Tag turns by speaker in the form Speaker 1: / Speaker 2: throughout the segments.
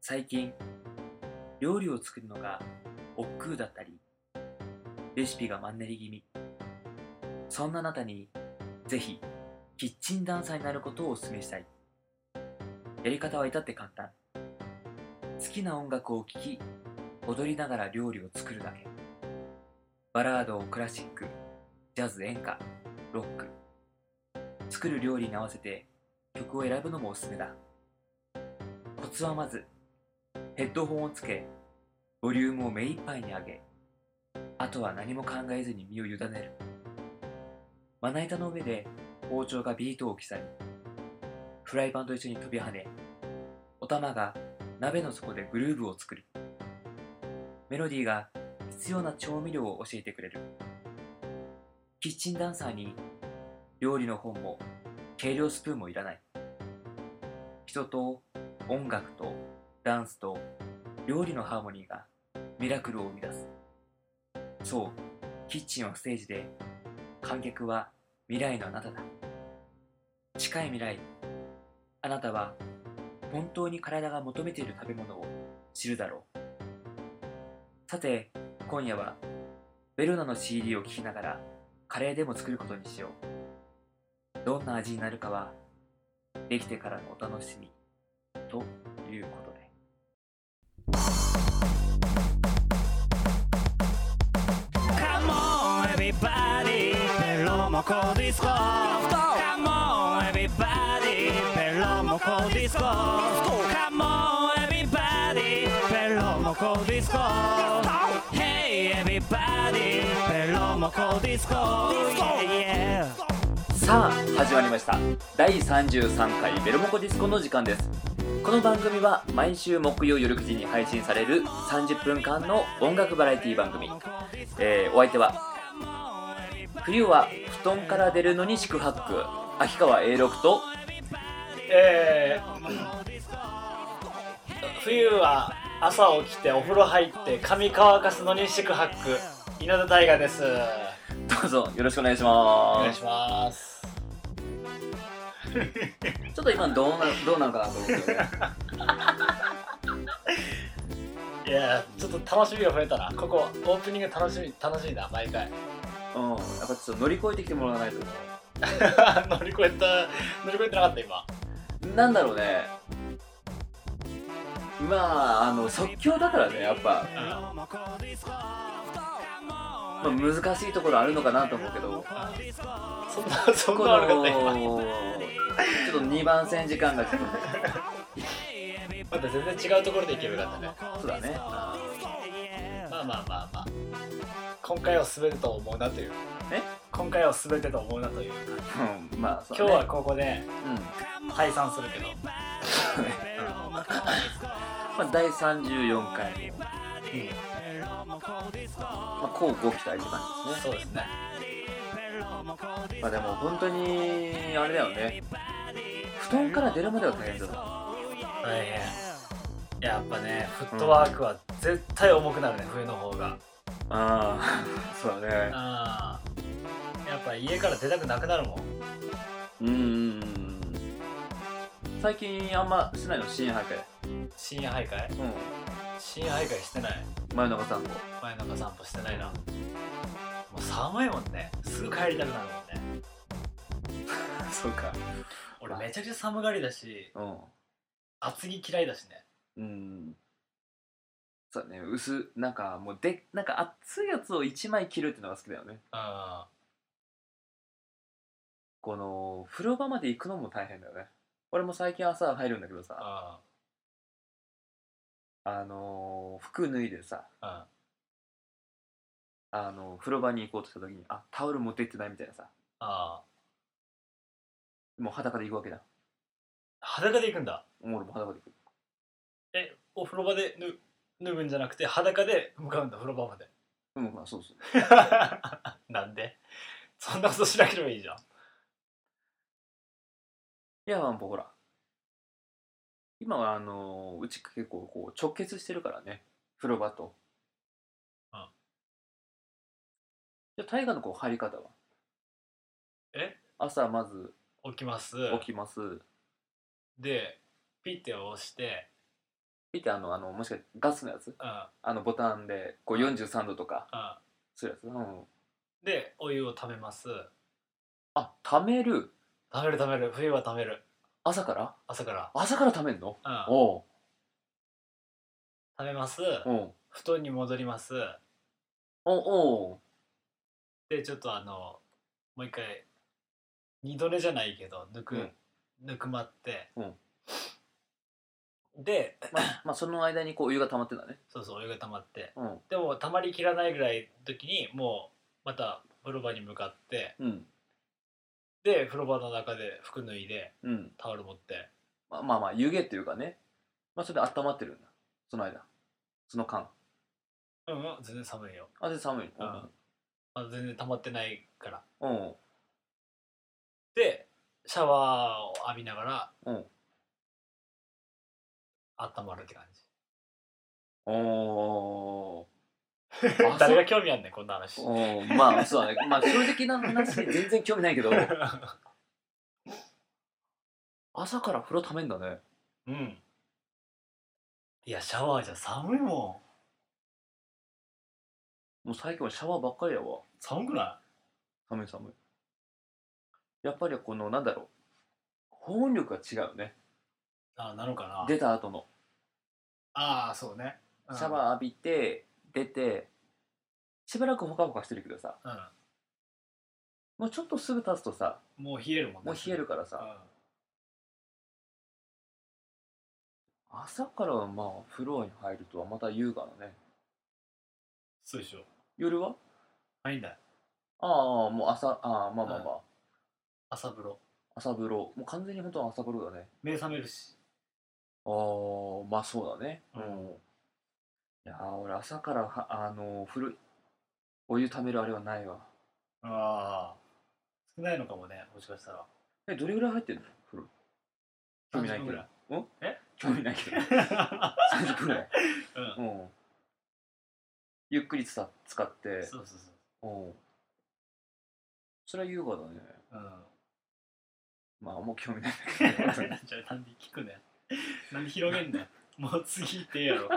Speaker 1: 最近料理を作るのが億劫だったりレシピがマンネリ気味そんなあなたにぜひキッチンダンサーになることをお勧めしたいやり方は至って簡単好きな音楽を聴き踊りながら料理を作るだけバラードをクラシックジャズ演歌ロック作る料理に合わせて曲を選ぶのもおすすめだコツはまずヘッドホンをつけボリュームを目いっぱいに上げあとは何も考えずに身を委ねるまな板の上で包丁がビートを刻みフライパンと一緒に飛び跳ねお玉が鍋の底でグルーブを作るメロディーが必要な調味料を教えてくれるキッチンダンサーに料理の本も計量スプーンもいらない人と音楽とダンスと料理のハーモニーがミラクルを生み出すそうキッチンはステージで観客は未来のあなただ近い未来あなたは本当に体が求めている食べ物を知るだろうさて今夜はベルナの CD を聴きながらカレーでも作ることにしようどんな味になるかはできてからのお楽しみということで
Speaker 2: カモンエビバディペロモコディスコカモンエビバディペロモコディスコカモンエビバディペロモコディスコ Hey everybody ペロモコディスコ Yeah yeah
Speaker 1: さあ始まりました第33回ベルモコディスコの時間ですこの番組は毎週木曜夜9時に配信される30分間の音楽バラエティ番組、えーお相手は冬は布団から出るのに宿泊秋川 A6 と
Speaker 3: えー、冬は朝起きてお風呂入って髪乾かすのに宿泊稲田大我ですお
Speaker 1: どうぞよろしくお願いしま
Speaker 3: 願い
Speaker 1: す
Speaker 3: します
Speaker 1: ちょっと今どうなどうなのかなと思 ってね
Speaker 3: いやーちょっと楽しみが増えたなここオープニング楽しみ楽しいな毎回
Speaker 1: うんやっぱちょっと乗り越えてきてもらわないと
Speaker 3: 乗り越えた乗り越えてなかった今
Speaker 1: なんだろうねまああの即興だからねやっぱ、まあ、難しいところあるのかなと思うけど
Speaker 3: そんなそん
Speaker 1: こ
Speaker 3: な
Speaker 1: の
Speaker 3: 悪
Speaker 1: ち
Speaker 3: か
Speaker 1: ょ
Speaker 3: った今
Speaker 1: っと2番線時間が来てるんで
Speaker 3: また全然違うところでいけばよかったね
Speaker 1: そうだね
Speaker 3: まあまあまあまあ今回は全てと思うなという
Speaker 1: え
Speaker 3: 今回は全てと思うなという
Speaker 1: うん まあそうだ
Speaker 3: 今
Speaker 1: ね
Speaker 3: 日はここで
Speaker 1: うん
Speaker 3: 解散するけど
Speaker 1: まあ、第34回も、まあ、こうご期待って感じですね
Speaker 3: そうですね
Speaker 1: まあでも本当にあれだよね布団から出るまでは大変だな
Speaker 3: はいやっぱねフットワークは絶対重くなるね、冬の方が
Speaker 1: ああ そうだね
Speaker 3: ああやっぱ家から出たくなくなるもん
Speaker 1: うんうんうんうん最近あんましないの深夜徘徊
Speaker 3: 深夜徘徊
Speaker 1: う
Speaker 3: 深夜徘徊してない
Speaker 1: ん前中さんも
Speaker 3: 前なんか散歩してないなもう寒いもんねすぐ帰りたくなるもんね
Speaker 1: そうか
Speaker 3: 俺めちゃくちゃ寒がりだし
Speaker 1: う
Speaker 3: 厚着嫌いだしね
Speaker 1: んうんそうだね薄なんかもうでなんか熱いやつを1枚着るってのが好きだよね
Speaker 3: うん
Speaker 1: この風呂場まで行くのも大変だよね俺も最近朝入るんだけどさ
Speaker 3: う
Speaker 1: あのー服脱いでさ
Speaker 3: んうん
Speaker 1: あの風呂場に行こうとした時にあタオル持って行ってないみたいなさ
Speaker 3: ああ
Speaker 1: もう裸で行くわけだ
Speaker 3: 裸で行くんだ
Speaker 1: 俺も裸で行く
Speaker 3: えお風呂場で脱脱ぐんじゃなくて裸で向かうんだ風呂場まで
Speaker 1: うんまあそうそう
Speaker 3: なんでそんなことしなければいいじゃん
Speaker 1: いや、まあほら。今は、あのーうち結構こう直結してるからね。風呂場と。
Speaker 3: うん
Speaker 1: じゃあ、大河のこう入り方は
Speaker 3: え
Speaker 1: 朝、まず
Speaker 3: 起きます
Speaker 1: 起きます。
Speaker 3: でピッて押して
Speaker 1: ピってあのあのもしかしてガスのやつ
Speaker 3: うん
Speaker 1: あのボタンでこう43度とか
Speaker 3: うん
Speaker 1: するやつ、うん、
Speaker 3: でお湯をためます
Speaker 1: あ溜める
Speaker 3: ためるためる冬はためる
Speaker 1: 朝から
Speaker 3: 朝か
Speaker 1: 朝から溜めんの
Speaker 3: らうん
Speaker 1: おう
Speaker 3: ためます
Speaker 1: おう
Speaker 3: 布団に戻ります
Speaker 1: おうおう
Speaker 3: でちょっとあのもう一回二度寝じゃないけどぬく、
Speaker 1: うん
Speaker 3: ぬくまって、
Speaker 1: うん
Speaker 3: で
Speaker 1: まあ、まあ、その間にこうお湯が溜まってんだね
Speaker 3: そうそうお湯が溜まって
Speaker 1: うん
Speaker 3: でも溜まりきらないぐらいの時にもうまた風呂場に向かって
Speaker 1: うん
Speaker 3: で風呂場の中で服脱いで
Speaker 1: うん
Speaker 3: タオル持って
Speaker 1: まあまあまあ湯気っていうかねまあそれで温まってるんだその間その間
Speaker 3: うんうん全然寒いよ
Speaker 1: あで寒い
Speaker 3: うんまだ全然溜まってないから
Speaker 1: うん
Speaker 3: でシャワーを浴びながら、
Speaker 1: うん
Speaker 3: 温まるって感じ
Speaker 1: おー
Speaker 3: 誰が興味あんねんこんな話
Speaker 1: 朝おーまあそうだねまあ正直な話に全然興味ないけど朝から風呂溜めんだね
Speaker 3: うんいやシャワーじゃ寒いもん
Speaker 1: もう最近はシャワーばっかりやわ
Speaker 3: 寒くな
Speaker 1: 寒い寒いやっぱりこのなんだろう保温力が違うね
Speaker 3: いあなのかな
Speaker 1: 出た後の
Speaker 3: ああそうねうん
Speaker 1: シャワー浴びて出てしばらくほかほかしてるけどさもうちょっとすぐ経つとさ
Speaker 3: うん、もう冷えるもん
Speaker 1: もう冷えるから
Speaker 3: う
Speaker 1: さ朝からはまあ風呂に入るとはまた優雅だね
Speaker 3: そうでしょ
Speaker 1: 夜は
Speaker 3: 入んない
Speaker 1: ああもう朝ああまあまあまあ、
Speaker 3: 朝風呂
Speaker 1: 朝風呂もう完全に本当は朝風呂だね
Speaker 3: 目覚めるし
Speaker 1: ああまあそうだね
Speaker 3: うん
Speaker 1: いやー俺朝からはあのー風呂お湯ためるあれはないわ
Speaker 3: ああ少ないのかもねもしかしたら
Speaker 1: えどれぐらい入ってんの風呂興味ないけ
Speaker 3: 30分
Speaker 1: ど
Speaker 3: ぐらい
Speaker 1: うん
Speaker 3: え
Speaker 1: 興味ないけど 30分ぐらいうんゆっくりつた使っ
Speaker 3: う
Speaker 1: て
Speaker 3: んそうそうそう
Speaker 1: うんそれは優雅だね
Speaker 3: うん
Speaker 1: まあもう興味ないん
Speaker 3: じ
Speaker 1: だけど
Speaker 3: ゃあ なんで聞くねんなんで広げんねんもう次行ってええやろ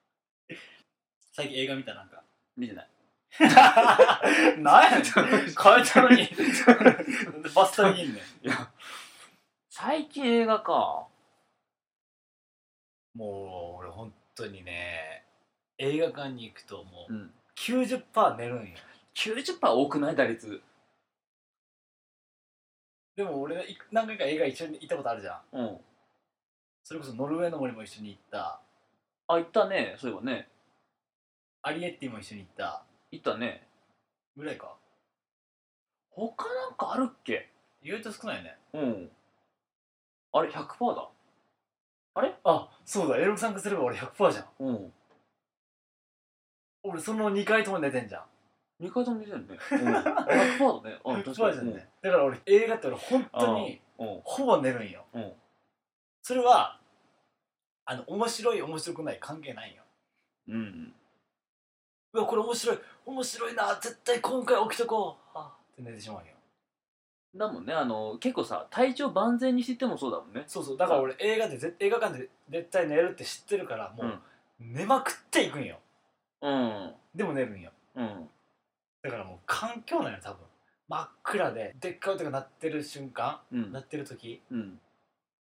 Speaker 3: 最近映画見たなんか
Speaker 1: 見てない
Speaker 3: 何やねん変えたのになんでバスタにいんねん
Speaker 1: いや最近映画か
Speaker 3: もう俺本当にね映画館に行くともうん90%寝るんよ
Speaker 1: 90%多くない打率
Speaker 3: でも俺い何回か映画一緒に行ったことあるじゃん
Speaker 1: うん
Speaker 3: それこそノルウェーの森も一緒に行った
Speaker 1: あ行ったねそういえばね
Speaker 3: アリエッティも一緒に行った
Speaker 1: 行ったね
Speaker 3: ぐらいか
Speaker 1: 他なんかあるっけ
Speaker 3: 意外と少ないね
Speaker 1: うんあれ100%だ
Speaker 3: あそうだエロクさんがすれば俺100%じゃん
Speaker 1: うん
Speaker 3: 俺その2回とも寝てんじゃん
Speaker 1: 2回とも出て るね、うん、100%だねうん確
Speaker 3: そ
Speaker 1: か
Speaker 3: うじゃん
Speaker 1: に
Speaker 3: ね、だから俺映画って俺本当に
Speaker 1: うんうん
Speaker 3: ほぼ寝るんよ、
Speaker 1: うん
Speaker 3: それはあの面白い面白くない関係ないよ
Speaker 1: うん
Speaker 3: うわこれ面白い面白いな絶対今回起きとこうあって寝てしまうよ
Speaker 1: だもんねあの結構さ体調万全にしててもそうだもんね
Speaker 3: そうそうだから俺映画でぜ映画館で絶対寝るって知ってるからもう寝まくっていくんよ
Speaker 1: うん
Speaker 3: でも寝るんよ
Speaker 1: うん
Speaker 3: だからもう環境なんよ多分真っ暗ででっかい音が鳴ってる瞬間
Speaker 1: う
Speaker 3: 鳴
Speaker 1: ん
Speaker 3: ってる時
Speaker 1: うん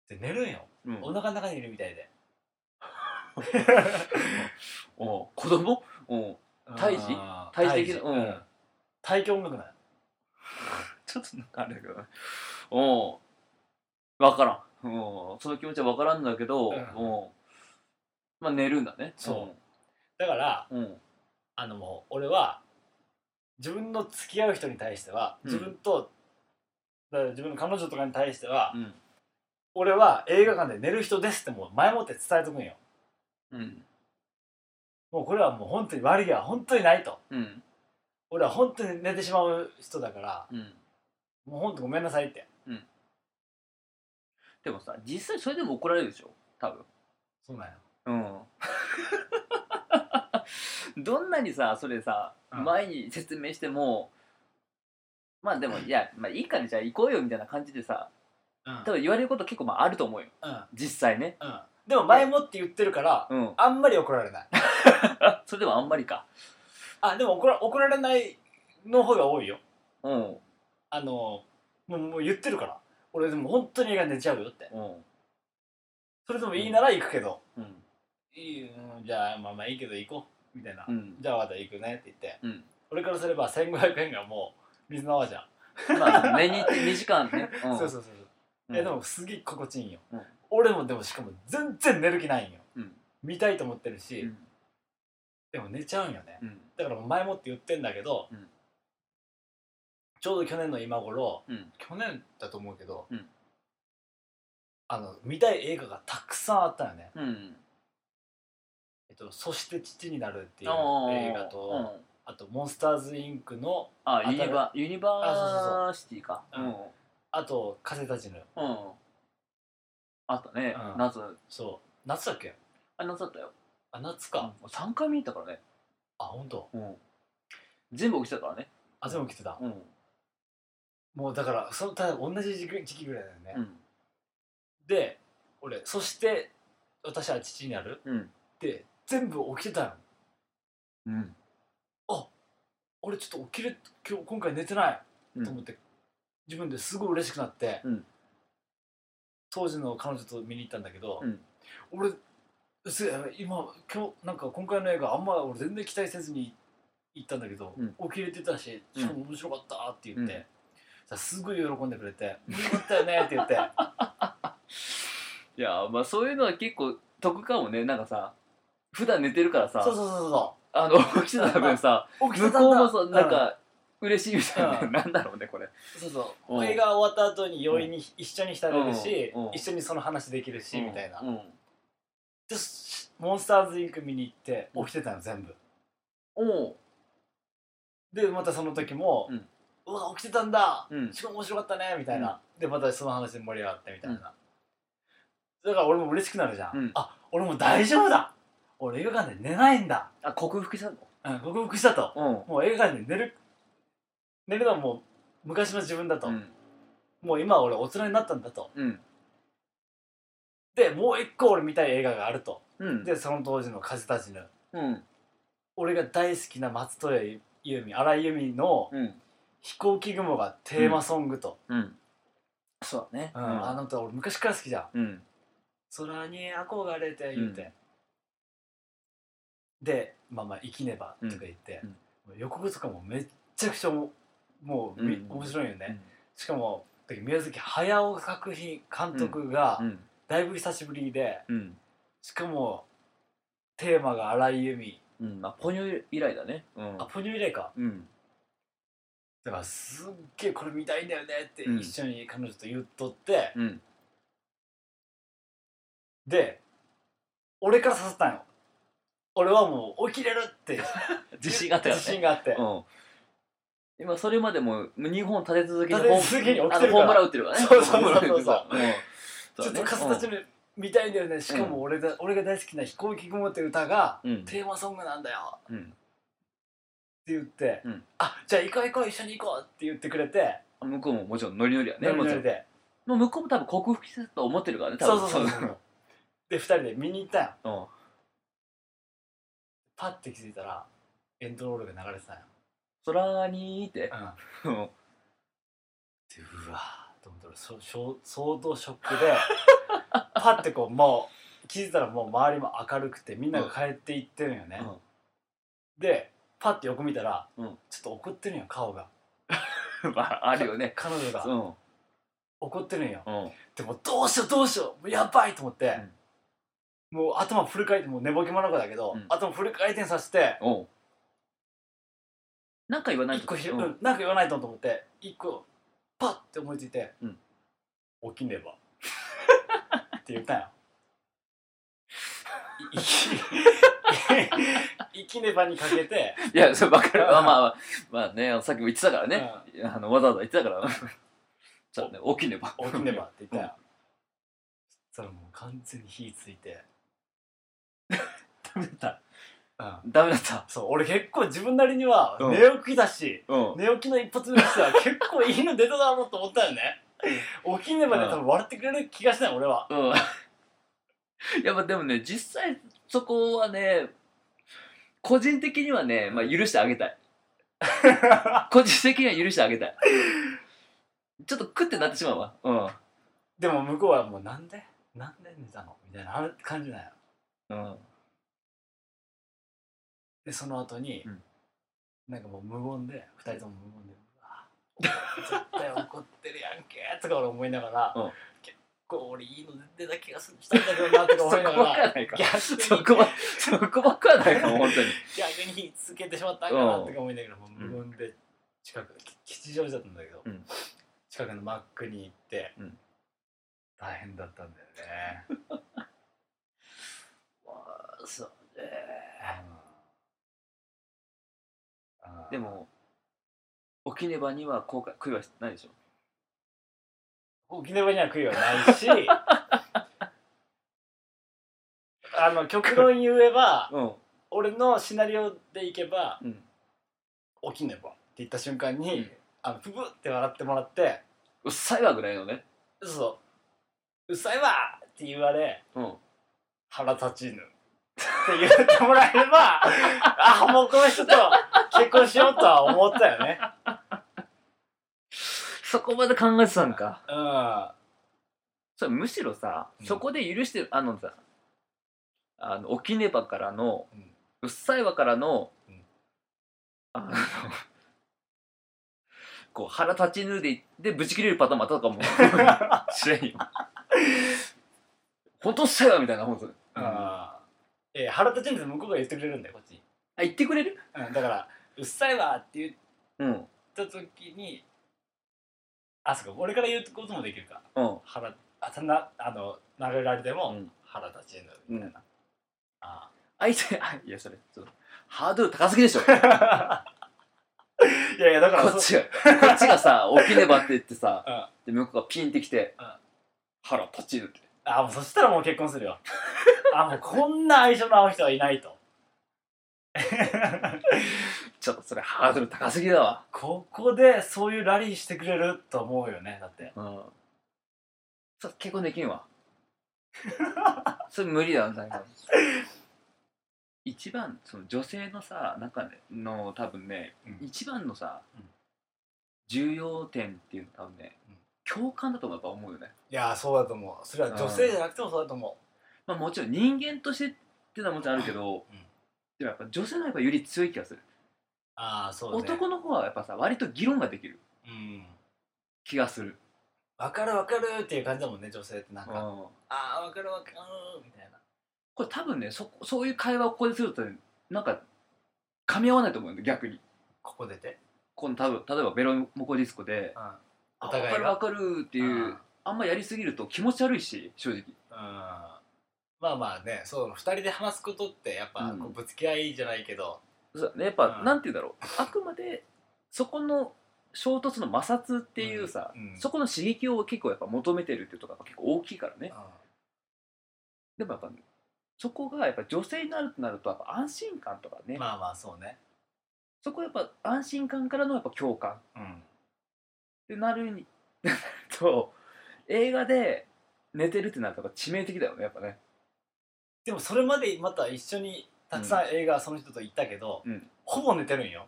Speaker 3: で寝るんよ
Speaker 1: うん
Speaker 3: お腹の中にいるみたいで
Speaker 1: おう子供おう胎児
Speaker 3: あー
Speaker 1: 胎児的な
Speaker 3: 胎
Speaker 1: うん
Speaker 3: 胎教音楽なんよ
Speaker 1: ちょっとなんかあれだけどねおう分からんおうその気持ちは分からんだけど、
Speaker 3: うん
Speaker 1: おうまあ寝るんだね
Speaker 3: そだから
Speaker 1: うんうん
Speaker 3: あのもう俺は自分の付き合う人に対しては
Speaker 1: うん
Speaker 3: 自分と、だから自分の彼女とかに対しては、
Speaker 1: うん
Speaker 3: 俺は映画館で寝る人ですってもう前もって伝えとくんよ
Speaker 1: うん
Speaker 3: もうこれはもう本当に悪気は本当にないと
Speaker 1: うん
Speaker 3: 俺は本当に寝てしまう人だから
Speaker 1: うん
Speaker 3: もう本当ごめんなさいって
Speaker 1: でもさ実際それでも怒られるでしょ多分
Speaker 3: そうなんよ
Speaker 1: うん どんなにさそれさ、
Speaker 3: うん
Speaker 1: 前に説明してもまあでもいや、まあ、いいからじゃあ行こうよみたいな感じでさ
Speaker 3: うん
Speaker 1: 多分言われること結構まああると思うよ
Speaker 3: うん
Speaker 1: 実際ね
Speaker 3: うんでも前もって言ってるから、
Speaker 1: うん
Speaker 3: あんまり怒られない。
Speaker 1: あそれでもあんまりか
Speaker 3: あ、でも怒ら怒られないの方が多いよ。
Speaker 1: うん
Speaker 3: あの、もうもう言ってるから。俺でも本当に映画寝ちゃうよって。
Speaker 1: うん
Speaker 3: それでもいいなら行くけど、
Speaker 1: うん
Speaker 3: いいうんじゃあまあまあいいけど行こう。みたいな。
Speaker 1: うん
Speaker 3: じゃあまた行くねって言って。
Speaker 1: うん
Speaker 3: 俺からすれば1500円がもう水の泡じゃん。
Speaker 1: ま あ寝に行って2時間ね、うん、
Speaker 3: そうそうそうそう。
Speaker 1: うん、
Speaker 3: えでもすげえ心地いいんよ、
Speaker 1: うん
Speaker 3: 俺もでもしかも全然寝る気ないんよ
Speaker 1: うん
Speaker 3: 見たいと思ってるし、
Speaker 1: うん
Speaker 3: でも寝ちゃうんよね
Speaker 1: うん
Speaker 3: だからもう前もって言ってんだけど、
Speaker 1: うん
Speaker 3: ちょうど去年の今頃、
Speaker 1: うん
Speaker 3: 去年だと思うけど、
Speaker 1: うん
Speaker 3: あの見たい映画がたくさんあったよね
Speaker 1: うん
Speaker 3: 「えっと、そして父になる」っていう
Speaker 1: あー
Speaker 3: 映画
Speaker 1: う
Speaker 3: と
Speaker 1: ん
Speaker 3: あと「モンスターズインクの
Speaker 1: あユニバユニバーシティか
Speaker 3: あそうそうあと「風たちの
Speaker 1: うん、うん、あったね、
Speaker 3: うん
Speaker 1: 夏」
Speaker 3: そう夏だっけ
Speaker 1: あ夏だったよ、
Speaker 3: あ夏
Speaker 1: う
Speaker 3: か、
Speaker 1: ん、3回見に行ったからね、
Speaker 3: あ本当
Speaker 1: うん、全部起きてたからね
Speaker 3: あ全部来てた、
Speaker 1: うん
Speaker 3: もうだからそのただ同じ時期時期ぐらいだよね、
Speaker 1: うん
Speaker 3: で俺そして私は父になる
Speaker 1: うん
Speaker 3: って全部起きてたの
Speaker 1: うん
Speaker 3: 俺ちょっと起きる今日今回寝てない
Speaker 1: うん
Speaker 3: と思って、自分ですごい嬉しくなって、
Speaker 1: うん
Speaker 3: 当時の彼女と見に行ったんだけど、
Speaker 1: うん
Speaker 3: 俺す今今日なんか今回の映画あんま俺全然期待せずに行ったんだけど、
Speaker 1: うん
Speaker 3: 起きれてたし
Speaker 1: うん
Speaker 3: しかも面白かったって言って、
Speaker 1: うん
Speaker 3: さすごい喜んでくれて「面白かったよね」って 言って
Speaker 1: いやまあそういうのは結構得かもねなんかさ普段寝てるからさ
Speaker 3: そうそうそうそ
Speaker 1: あの起きてた分さ
Speaker 3: うそう 起き
Speaker 1: 向
Speaker 3: てた
Speaker 1: こうも
Speaker 3: だ
Speaker 1: さ
Speaker 3: う
Speaker 1: なんか嬉しいみたいな、
Speaker 3: うん
Speaker 1: なんだろうねこれ
Speaker 3: そうそう
Speaker 1: うん
Speaker 3: 映画終わった後に余韻に一緒に浸れるし、
Speaker 1: うんうん
Speaker 3: 一緒にその話できるし、みたいな、
Speaker 1: うん
Speaker 3: でしモンスターズインク見に行って起きてたの全部
Speaker 1: おう
Speaker 3: でまたその時も「
Speaker 1: うん
Speaker 3: うわ起きてたんだ、
Speaker 1: うん
Speaker 3: しかも面白かったね」みたいな、でまたその話で盛り上がってみたいな、だから俺も嬉しくなるじゃん、
Speaker 1: うん
Speaker 3: あ俺もう大丈夫だ俺映画館で寝ないんだ、
Speaker 1: あ克服したの
Speaker 3: うん、克服したと
Speaker 1: うん
Speaker 3: もう映画館で寝る寝るのはもう昔の自分だと、
Speaker 1: うん
Speaker 3: もう今は俺大人になったんだと
Speaker 1: うん
Speaker 3: でもう一個俺見たい映画があると
Speaker 1: うん
Speaker 3: でその当時の風たちの
Speaker 1: うん
Speaker 3: 俺が大好きな松任谷由実荒井由実の
Speaker 1: うん
Speaker 3: 「飛行機雲」がテーマソングと、
Speaker 1: うんそうだね
Speaker 3: うんあの歌俺昔から好きじゃん
Speaker 1: うん
Speaker 3: 「空に憧れて」言うて、で「まあまあ生きねば」とか言って、
Speaker 1: うん
Speaker 3: 予告とかもめっちゃくちゃももう、み
Speaker 1: うん
Speaker 3: 面白いよね、しかも宮崎駿作品監督が
Speaker 1: うん
Speaker 3: だいぶ久しぶりで
Speaker 1: うん
Speaker 3: しかもテーマが荒井由実
Speaker 1: うんまあポニョ以来だねうん
Speaker 3: あポニョ以来か
Speaker 1: うん
Speaker 3: だからすっげえこれ見たいんだよねって
Speaker 1: うん
Speaker 3: 一緒に彼女と言っとって、
Speaker 1: うん
Speaker 3: で俺から誘ったんよ俺はもう起きれるって
Speaker 1: 自信があったよね
Speaker 3: 自信があって、
Speaker 1: うん今それまでも2本立て続けに
Speaker 3: 立て続けに起きて
Speaker 1: あの
Speaker 3: るから
Speaker 1: ホームラン打ってるからね
Speaker 3: そうそう
Speaker 1: ホ
Speaker 3: そうそう
Speaker 1: ームラン打ってるからうん
Speaker 3: ちょ
Speaker 1: そ
Speaker 3: っ
Speaker 1: うだ
Speaker 3: と
Speaker 1: ね
Speaker 3: カスたちの見たいんだよねしかも俺だ、俺が大好きな「飛行機雲」って歌が
Speaker 1: うん
Speaker 3: テーマソングなんだよ
Speaker 1: うん
Speaker 3: って言って「
Speaker 1: うん
Speaker 3: あじゃあ行こう行こう一緒に行こう」って言ってくれて
Speaker 1: 向こうももちろんノリノリやね
Speaker 3: ノリノリで
Speaker 1: もう向こうも多分克服したと思ってるからね多
Speaker 3: そう
Speaker 1: 分
Speaker 3: そうそうそうで二人で見に行ったよ
Speaker 1: うん
Speaker 3: パッて気づいたらエンドロールが流れてたよ、
Speaker 1: 空にいて
Speaker 3: うん
Speaker 1: うん
Speaker 3: でうわーと思って俺そ しょ相当ショッ クでパッてこうもう気づいたらもう周りも明るくてみんなが帰っていってるんよね、
Speaker 1: うん
Speaker 3: でパッて横見たら、
Speaker 1: うん
Speaker 3: ちょっと怒ってるんよ顔が
Speaker 1: まああるよね
Speaker 3: 彼女
Speaker 1: う
Speaker 3: が
Speaker 1: ん
Speaker 3: 怒ってるんよ
Speaker 1: うん
Speaker 3: でもうどうしようどうしようもうやばいと思って、もう頭フル回転もう寝ぼけもなかだけど、
Speaker 1: うん
Speaker 3: 頭フル回転させて
Speaker 1: うんなんか言わない
Speaker 3: 一個ひ、
Speaker 1: うん
Speaker 3: うんなんか言わないとと思って一個パッて思いついて、
Speaker 1: うん
Speaker 3: 起きねばって言ったんよい 生き生きねばにかけて
Speaker 1: いやそれ分かるまあまあまあねさっきも言ってたからねあのわざわざ言ってた からじゃあね起きねば
Speaker 3: 起きねばって言ったんよ、そしたらもう完全に火ついて
Speaker 1: ダメだった
Speaker 3: うん
Speaker 1: ダメだった
Speaker 3: そう俺結構自分なりには
Speaker 1: うん
Speaker 3: 寝起きだし、
Speaker 1: うん
Speaker 3: 寝起きの一発目としては結構いいの出ただろうと思ったよね起きねばで多分笑ってくれる気がしない俺は
Speaker 1: うんいやまあでもね実際そこはね個人的にはね、まあ、許してあげた い個人的には許してあげたいちょっとクってなってしまうわうん
Speaker 3: でも向こうはもうなんでなんで寝たのみたいな感じなんや
Speaker 1: うん
Speaker 3: でその後に、
Speaker 1: うん
Speaker 3: なんかもう無言で2人とも無言で「うわ絶対怒ってるやんけ」とか俺思いながら、
Speaker 1: うん
Speaker 3: 結構俺いいの出た気がするしたんだけどなとか
Speaker 1: そこ
Speaker 3: 思いなが
Speaker 1: ばっかや
Speaker 3: ら
Speaker 1: ないか
Speaker 3: 逆
Speaker 1: そ
Speaker 3: に
Speaker 1: こばそこばっかやないかも本当に
Speaker 3: 逆に火つけてしまったんかな
Speaker 1: うん
Speaker 3: とか思いながらもう無言で近くき吉祥寺だったんだけど、
Speaker 1: うん
Speaker 3: 近くのマックに行って、
Speaker 1: うん
Speaker 3: 大変だったんだよね。
Speaker 1: そう
Speaker 3: うん
Speaker 1: でも起きねばには後悔悔いはないでしょ
Speaker 3: 沖縄には悔いはない しあの極論言えば
Speaker 1: うん
Speaker 3: 俺のシナリオでいけば
Speaker 1: うん
Speaker 3: 「沖縄」って言った瞬間
Speaker 1: う
Speaker 3: に、
Speaker 1: ん
Speaker 3: あのプブって笑ってもらって
Speaker 1: うっさいわぐらいのね
Speaker 3: 「そううっさいわ!」って言われ
Speaker 1: うん
Speaker 3: 「腹立ちぬ」って言ってもらえれ ばあもうこの人と結婚しようとは思ったよね。
Speaker 1: そこまで考えてたんか
Speaker 3: うん
Speaker 1: それむしろさ、
Speaker 3: うん
Speaker 1: そこで許してるあのさあの起きねばからの、
Speaker 3: う
Speaker 1: うんっさいわからの,、
Speaker 3: うん
Speaker 1: あのこう腹立ちぬででぶち切れるパターンもあったのかも 知れんよほんとうっさいわみたいな本当に、あ
Speaker 3: あーいや腹立ちぬって向こうが言ってくれるんだよこっちに。
Speaker 1: 言ってくれる
Speaker 3: うん、だから「うっさいわ」って言っ
Speaker 1: うん
Speaker 3: った時にあそうか俺から言うこともできるか
Speaker 1: うん
Speaker 3: 腹あたなあのなめられても、
Speaker 1: うん
Speaker 3: 腹立ちぬみたいな、あ
Speaker 1: 相手あいやそれちょっとハードル高すぎでしょこ
Speaker 3: あいやいやだから
Speaker 1: っちがこっちが さ起きねばって言ってさ、
Speaker 3: うん
Speaker 1: で向こうがピンってきて、
Speaker 3: うん
Speaker 1: 腹立ちぬって
Speaker 3: あもうそしたらもう結婚する よあもうこんな相性の合う人はいないと
Speaker 1: ちょっとそれハードル高すぎだわ。
Speaker 3: ここでそういうラリーしてくれると思うよねだって
Speaker 1: うん。それ結婚できんわ。 それ無理だわ、最後。一番、その女性のさ、中での多分ね、
Speaker 3: うん
Speaker 1: 一番のさ、
Speaker 3: うん
Speaker 1: 重要点っていうのは多分ね
Speaker 3: うん、
Speaker 1: 共感だとやっぱ思うよね。
Speaker 3: いやそうだと思うそれは
Speaker 1: 女性じ
Speaker 3: ゃなくてもそうだと思
Speaker 1: まあもちろん人間としてっていうのはもちろんあるけど、
Speaker 3: うん
Speaker 1: でもやっぱ女性の方がより強い気がする。
Speaker 3: ああそうだね
Speaker 1: 男の方はやっぱさ、割と議論ができる
Speaker 3: うん
Speaker 1: 気がする。
Speaker 3: わかるわかるっていう感じだもんね女性ってなん
Speaker 1: う
Speaker 3: か、あ
Speaker 1: ん
Speaker 3: あわかるわかるみたいな
Speaker 1: これ多分ねそそういう会話をここでするとなんか噛み合わないと思うんだよ逆に
Speaker 3: ここ出て、
Speaker 1: この多分例えばベロモコディスコで
Speaker 3: うん、
Speaker 1: 「
Speaker 3: お
Speaker 1: あ
Speaker 3: 互いが
Speaker 1: わかるわかる」っていう、
Speaker 3: うん
Speaker 1: あんまやりすぎると気持ち悪いし正直
Speaker 3: うんまあまあねそう2人で話すことってやっぱ
Speaker 1: うん
Speaker 3: こうぶつけ合いじゃないけど、
Speaker 1: そうだねやっぱ、
Speaker 3: うん
Speaker 1: なんて言うんだろうあくまでそこの衝突の摩擦っていうさ、
Speaker 3: うんうん
Speaker 1: そこの刺激を結構やっぱ求めてるっていうところが結構大きいからねでもやっぱそこがやっぱ女性になるとなるとやっぱ安心感とかね、
Speaker 3: まあまあそうね、
Speaker 1: そこはやっぱ安心感からのやっぱ共感
Speaker 3: うん、
Speaker 1: ってなるに と映画で寝てるってなるとやっぱ致命的だよねやっぱね
Speaker 3: でもそれまでまた一緒にたくさん映画その人と行ったけど、
Speaker 1: うん
Speaker 3: ほぼ寝てるんよ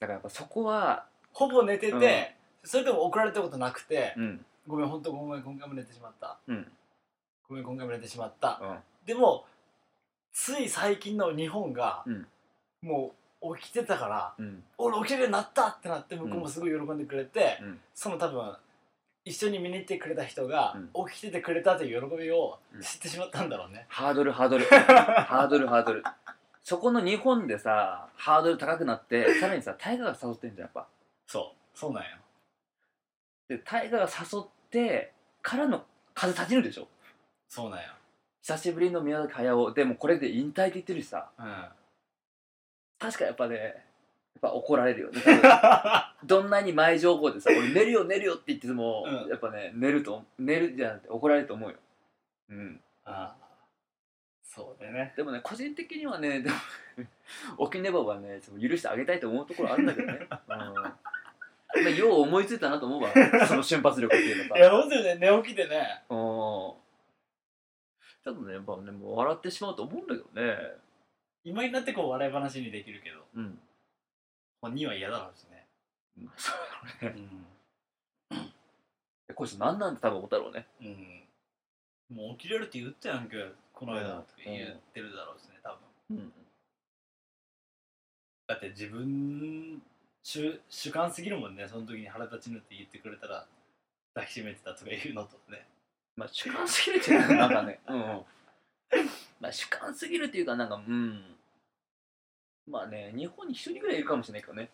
Speaker 1: だからやっぱそこは
Speaker 3: ほぼ寝てて、それでも怒られたことなくて、
Speaker 1: うん
Speaker 3: ごめん本当ごめん今回も寝てしまった
Speaker 1: うん
Speaker 3: ごめん今回も寝てしまった、
Speaker 1: うん
Speaker 3: でもつい最近の日本が、
Speaker 1: うん
Speaker 3: もう起きてたから、
Speaker 1: うん
Speaker 3: 俺起きれるようになったってなって向こうもすごい喜んでくれて、
Speaker 1: うん
Speaker 3: その多分一緒に見に行ってくれた人が、起きててくれたという喜びを知ってしまったんだろうね、
Speaker 1: ハードルハードル ハードルハードルそこの日本でさハードル高くなってさらにさ大河が誘ってんじゃんやっぱ
Speaker 3: そうそうなんよ
Speaker 1: で大河が誘ってからの風立ちぬでしょ
Speaker 3: そうなんよ
Speaker 1: 久しぶりの宮崎駿でもこれで引退って言ってるしさ
Speaker 3: うん
Speaker 1: 確かやっぱねやっぱ怒られ るよね多分どんなに前情報でさ「俺寝るよ寝るよ」って言ってても、
Speaker 3: うん
Speaker 1: やっぱね寝ると寝るじゃなくて怒られると思うよ、うん、
Speaker 3: ああそうだね
Speaker 1: でもね個人的にはね でも起きねばはねその許してあげたいと思うところあるんだけどね、うんまあ、よう思 いついたなと思うわその瞬発力っていうの
Speaker 3: い
Speaker 1: が
Speaker 3: や本当にね寝起きでね
Speaker 1: うんちょっとね、やっぱね、もう笑ってしまうと思うんだけどね。
Speaker 3: 今になってこう笑い話にできるけど
Speaker 1: うん。
Speaker 3: 本人は嫌だろうしね
Speaker 1: まあそうだろうね。
Speaker 3: うん
Speaker 1: こいつ何なんて多分思ったろうね。
Speaker 3: うんもう起きれるって言ったやんけこの
Speaker 1: う
Speaker 3: 間
Speaker 1: ん
Speaker 3: とか言ってるだろうしね多分
Speaker 1: うん。
Speaker 3: だって自分主主観すぎるもんねその時に腹立ちぬって言ってくれたら抱きしめてたとか言うのとね
Speaker 1: まあ主観すぎるっていうか、なんかね。うんうん。まあ主観すぎるっていうか、なんか、うん。まあね、日本に一人ぐらいいるかもしれないけどね。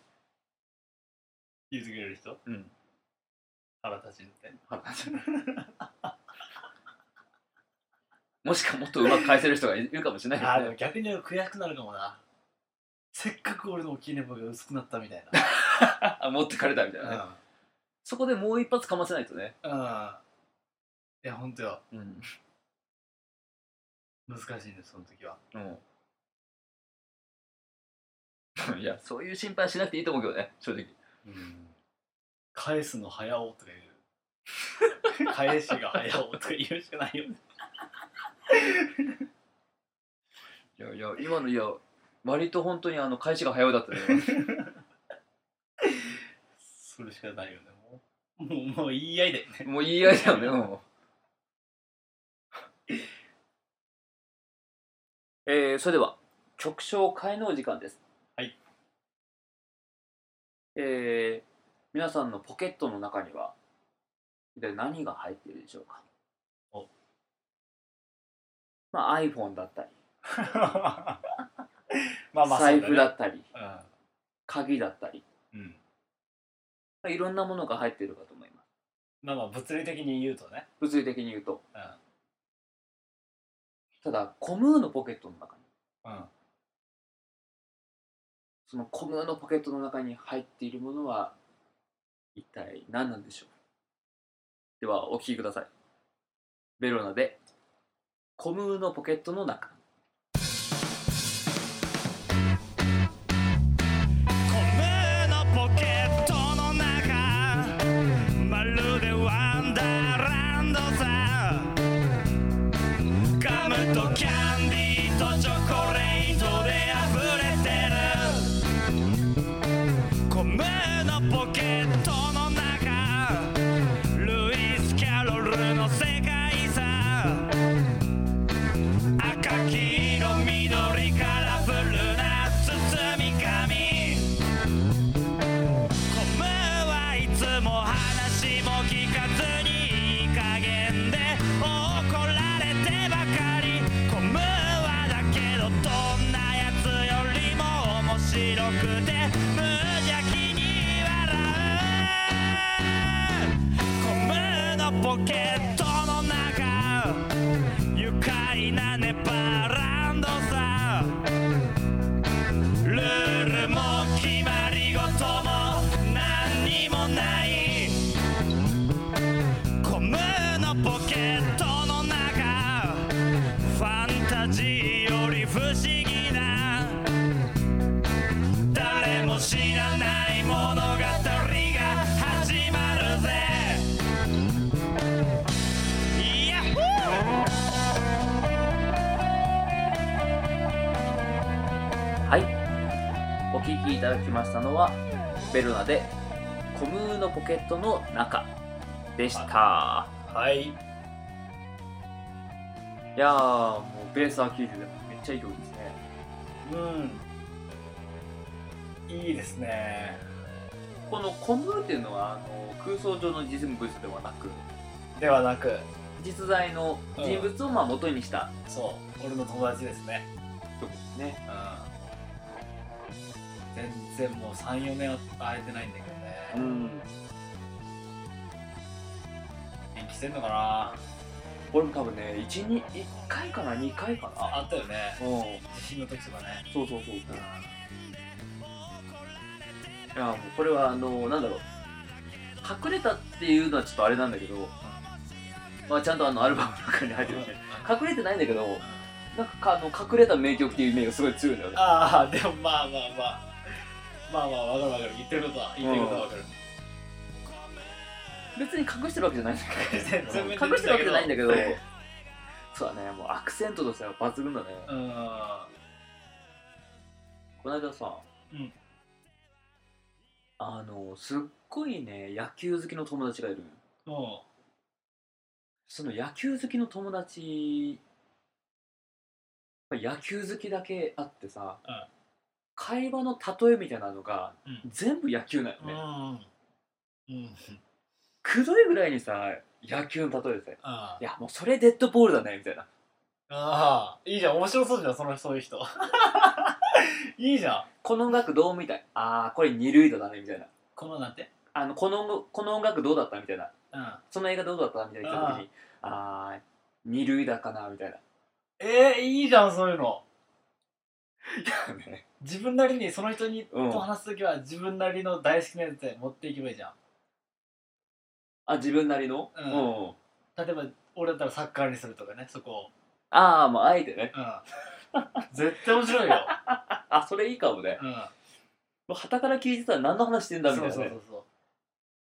Speaker 3: 言ってくれる人
Speaker 1: うん。
Speaker 3: 腹立ちぬ って
Speaker 1: もしかもっとうまく返せる人がいるかもしれないけど
Speaker 3: あ
Speaker 1: ね
Speaker 3: ーでも逆に悔しくなるかもなせっかく俺の大きいネボが薄くなったみたい
Speaker 1: あ持ってかれたみたいなね、
Speaker 3: な
Speaker 1: そこでもう一発かませないとね、
Speaker 3: うん、うん、いやほんとよ
Speaker 1: うん
Speaker 3: 難しいんですその時は
Speaker 1: うん、いやそういう心配しなくていいと思うけどね正直
Speaker 3: うん返すの早おとか言う返しが早おとか言うしかないよね
Speaker 1: いやいや今のいや割と本当にあの返しが早いだったね今
Speaker 3: それしかないよねもうもうもう言い合いだよね
Speaker 1: もう言い合いだ よねもうえー、それでは曲調を変えのお時間です
Speaker 3: はい
Speaker 1: えー、皆さんのポケットの中には一体何が入っているでしょうか
Speaker 3: お
Speaker 1: まあ iPhone だったり、
Speaker 3: まあまあ
Speaker 1: 財布だ
Speaker 3: っ
Speaker 1: ったり鍵だったり、
Speaker 3: うん、うん、
Speaker 1: まあ、いろんなものが入っているかと思います
Speaker 3: まあまあ物理的に言うとね、
Speaker 1: 物理的に言うと
Speaker 3: うん
Speaker 1: ただコムーのポケットの中に
Speaker 3: うん、
Speaker 1: そのコムーのポケットの中に入っているものは一体何なんでしょうではお聞きくださいベロナでコムーのポケットの中
Speaker 2: コムのポケットの中まるでワンダーランドさガムとキャンディーとチョコレートで溢れてるコムのポケットの中ルイス・キャロルの世界さ赤黄色緑カラフルな包み紙コムはいつも話も聞かずにいい加減で怒られてばかりコムはだけどどんなやつよりも面白くて無邪気に笑うコムのポケットの中愉快なネバーランドさルールも決まり事も何にもないコムのポケットの中ファンタジーより不思議な誰も知らない物語が始まるぜイヤッホー
Speaker 1: はいお聞きいただきましたのはベロナでコムーのポケットの中でした
Speaker 3: はい
Speaker 1: いやーもうベースは聴いててめっちゃいい曲ですね
Speaker 3: うんいいですね
Speaker 1: このコムーっていうのはあの空想上の実物ではなく
Speaker 3: ではなく
Speaker 1: 実在の人物をまあ元にした
Speaker 3: そう俺の友達ですね
Speaker 1: 曲ですね、
Speaker 3: うん全然もう34年は会えてないんだけどね
Speaker 1: ん、
Speaker 3: 元気してんのかな
Speaker 1: 俺も多分ね121回かな2回かな
Speaker 3: あったよね
Speaker 1: うん
Speaker 3: 地震の時とかね
Speaker 1: そうそうそうい
Speaker 3: うん
Speaker 1: やもうこれはあのなんだろう隠れたっていうのはちょっとあれなんだけど、まあ、ちゃんとあのアルバムの中に入ってるし隠れてないんだけどなんかかあの隠れた名曲っていうイメージがすごい強いんだよね
Speaker 3: ああでもまあまあまあまあまあわかるわかる言ってることは言ってることはわかる
Speaker 1: 別に隠してるわけじゃないんだけど
Speaker 3: 全然
Speaker 1: 隠してるわけじゃないんだけどそうだねもうアクセントとしては抜群だね、
Speaker 3: うん
Speaker 1: この間さ、
Speaker 3: うん
Speaker 1: あのすっごいね野球好きの友達がいるのよ
Speaker 3: うん
Speaker 1: その野球好きの友達野球好きだけあってさ、
Speaker 3: うん
Speaker 1: 会話の例えみたいなのが
Speaker 3: うん
Speaker 1: 全部野球なんよ
Speaker 3: う
Speaker 1: ね、
Speaker 3: んうん
Speaker 1: くどいぐらいにさ野球の例えでさ「
Speaker 3: あ
Speaker 1: いやもうそれデッドボールだね」みたいな
Speaker 3: あいいじゃん面白そうじゃんそのそういう人 いいじゃん
Speaker 1: 「この音楽どう?」みたい「ああこれ二塁打だね」みたいな
Speaker 3: このなんて
Speaker 1: あのこの「この音楽どうだった?」みたいな
Speaker 3: うん
Speaker 1: 「その映画どうだった?」みたいな言った時に「ああー二塁打かな」みた いな
Speaker 3: えー、いいじゃんそういうの
Speaker 1: ね
Speaker 3: 自分なりにその人に
Speaker 1: うん
Speaker 3: と話すときは自分なりの大好きなやつで持っていけばいいじゃん
Speaker 1: あ自分なりの
Speaker 3: う
Speaker 1: う
Speaker 3: ん
Speaker 1: ん
Speaker 3: 例えば俺だったらサッカーにするとかねそこを
Speaker 1: ああもうあえてね
Speaker 3: うん 絶対面白いよ、
Speaker 1: あそれいいかもね
Speaker 3: うん、
Speaker 1: もう旗から聞いてたら何の話してんだみたいなね
Speaker 3: そうそうそうそう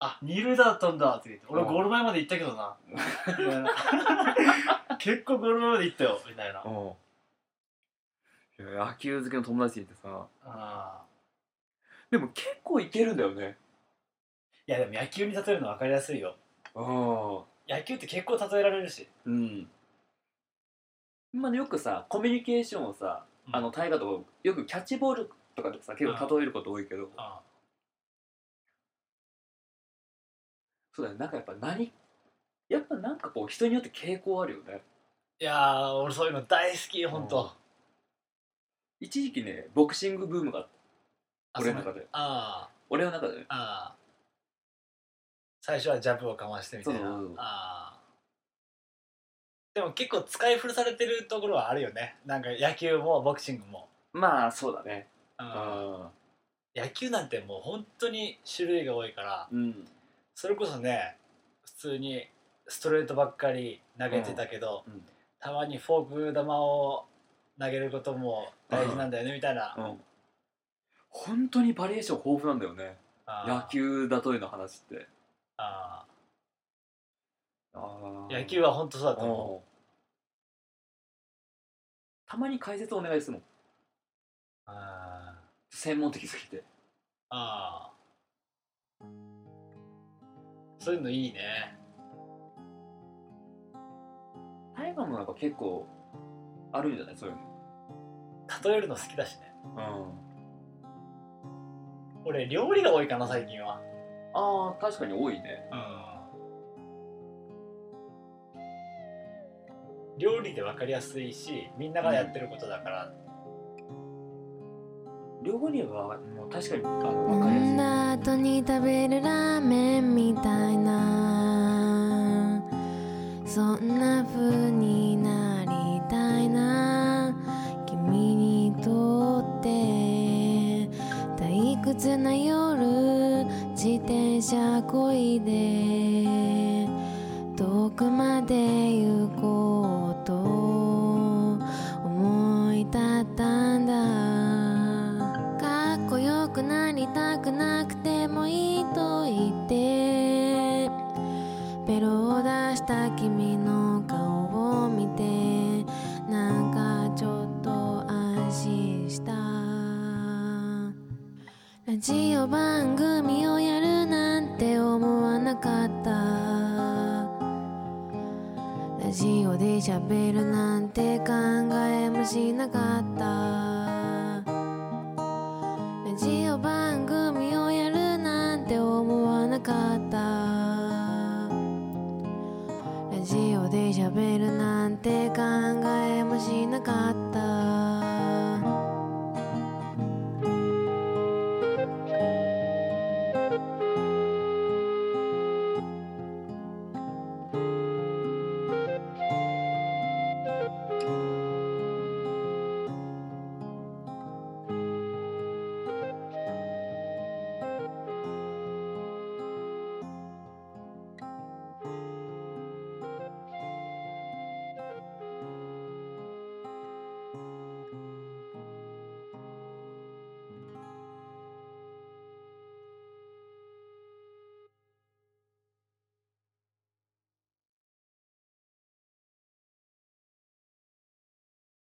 Speaker 3: あ二塁打だったんだって言って俺
Speaker 1: うん
Speaker 3: ゴール前まで行ったけど なみたいな結構ゴール前まで行ったよみたいなあ
Speaker 1: うんいや野球好きの友達いてさ
Speaker 3: あ
Speaker 1: でも結構いけるんだよね
Speaker 3: いやでも野球に例えるの分かりやすいよ
Speaker 1: う
Speaker 3: 野球って結構例えられるし
Speaker 1: んうんまあよくさコミュニケーションをさ、
Speaker 3: うん
Speaker 1: あの大河とかよくキャッチボールとかでさ結構例えること多いけど、
Speaker 3: あ
Speaker 1: そうだねなんかやっぱ何やっぱなんかこう人によって傾向あるよね
Speaker 3: いやー俺そういうの大好きほんと
Speaker 1: 一時期ねボクシングブームがあった
Speaker 3: あ
Speaker 1: 俺
Speaker 3: そ
Speaker 1: の
Speaker 3: う
Speaker 1: 中
Speaker 3: なんだ
Speaker 1: で
Speaker 3: ああ
Speaker 1: 俺の中でね
Speaker 3: ああ最初はジャブをかましてみたいな
Speaker 1: そうそうそう
Speaker 3: ああでも結構使い古されてるところはあるよねなんか野球もボクシングも、
Speaker 1: まあそうだね
Speaker 3: うん
Speaker 1: あ
Speaker 3: 野球なんてもう本当に種類が多いから
Speaker 1: うん
Speaker 3: それこそね普通にストレートばっかり投げてたけど、
Speaker 1: うんうん
Speaker 3: たまにフォーク球を投げることも大事なんだよねみたいな、
Speaker 1: うん本当にバリエーション豊富なんだよね
Speaker 3: ああ
Speaker 1: 野球だとえの話って
Speaker 3: あ
Speaker 1: あ
Speaker 3: あ
Speaker 1: ー
Speaker 3: 野球は本当そうだと思う、
Speaker 1: うんたまに解説お願いするもん
Speaker 3: あ
Speaker 1: 専門的すぎて
Speaker 3: あーそういうのいいね
Speaker 1: 大河もなんか結構あるんじゃないそういうの
Speaker 3: 例えるの好きだしね
Speaker 1: うん
Speaker 3: 俺料理が多いかな最近は
Speaker 1: ああ確かに多いね
Speaker 3: うん料理で分かりやすいしみんながやってることだから、
Speaker 1: 両方にはもう確かにあの分かりやすい
Speaker 4: 飲んだ後に食べるラーメンみたいなそんな風になりたいな君にとって退屈な夜自転車こいで遠くまで行こうと思い立ったんだかっこよくなりたくなくてもいいと言ってベロを出した君の顔を見てなんかちょっと安心したラジオ番組をやるなんて思わなかったラジオで喋るなんて考えもしなかったラジオ番組をやるなんて思わなかったラジオで喋るなんて考えもしなかった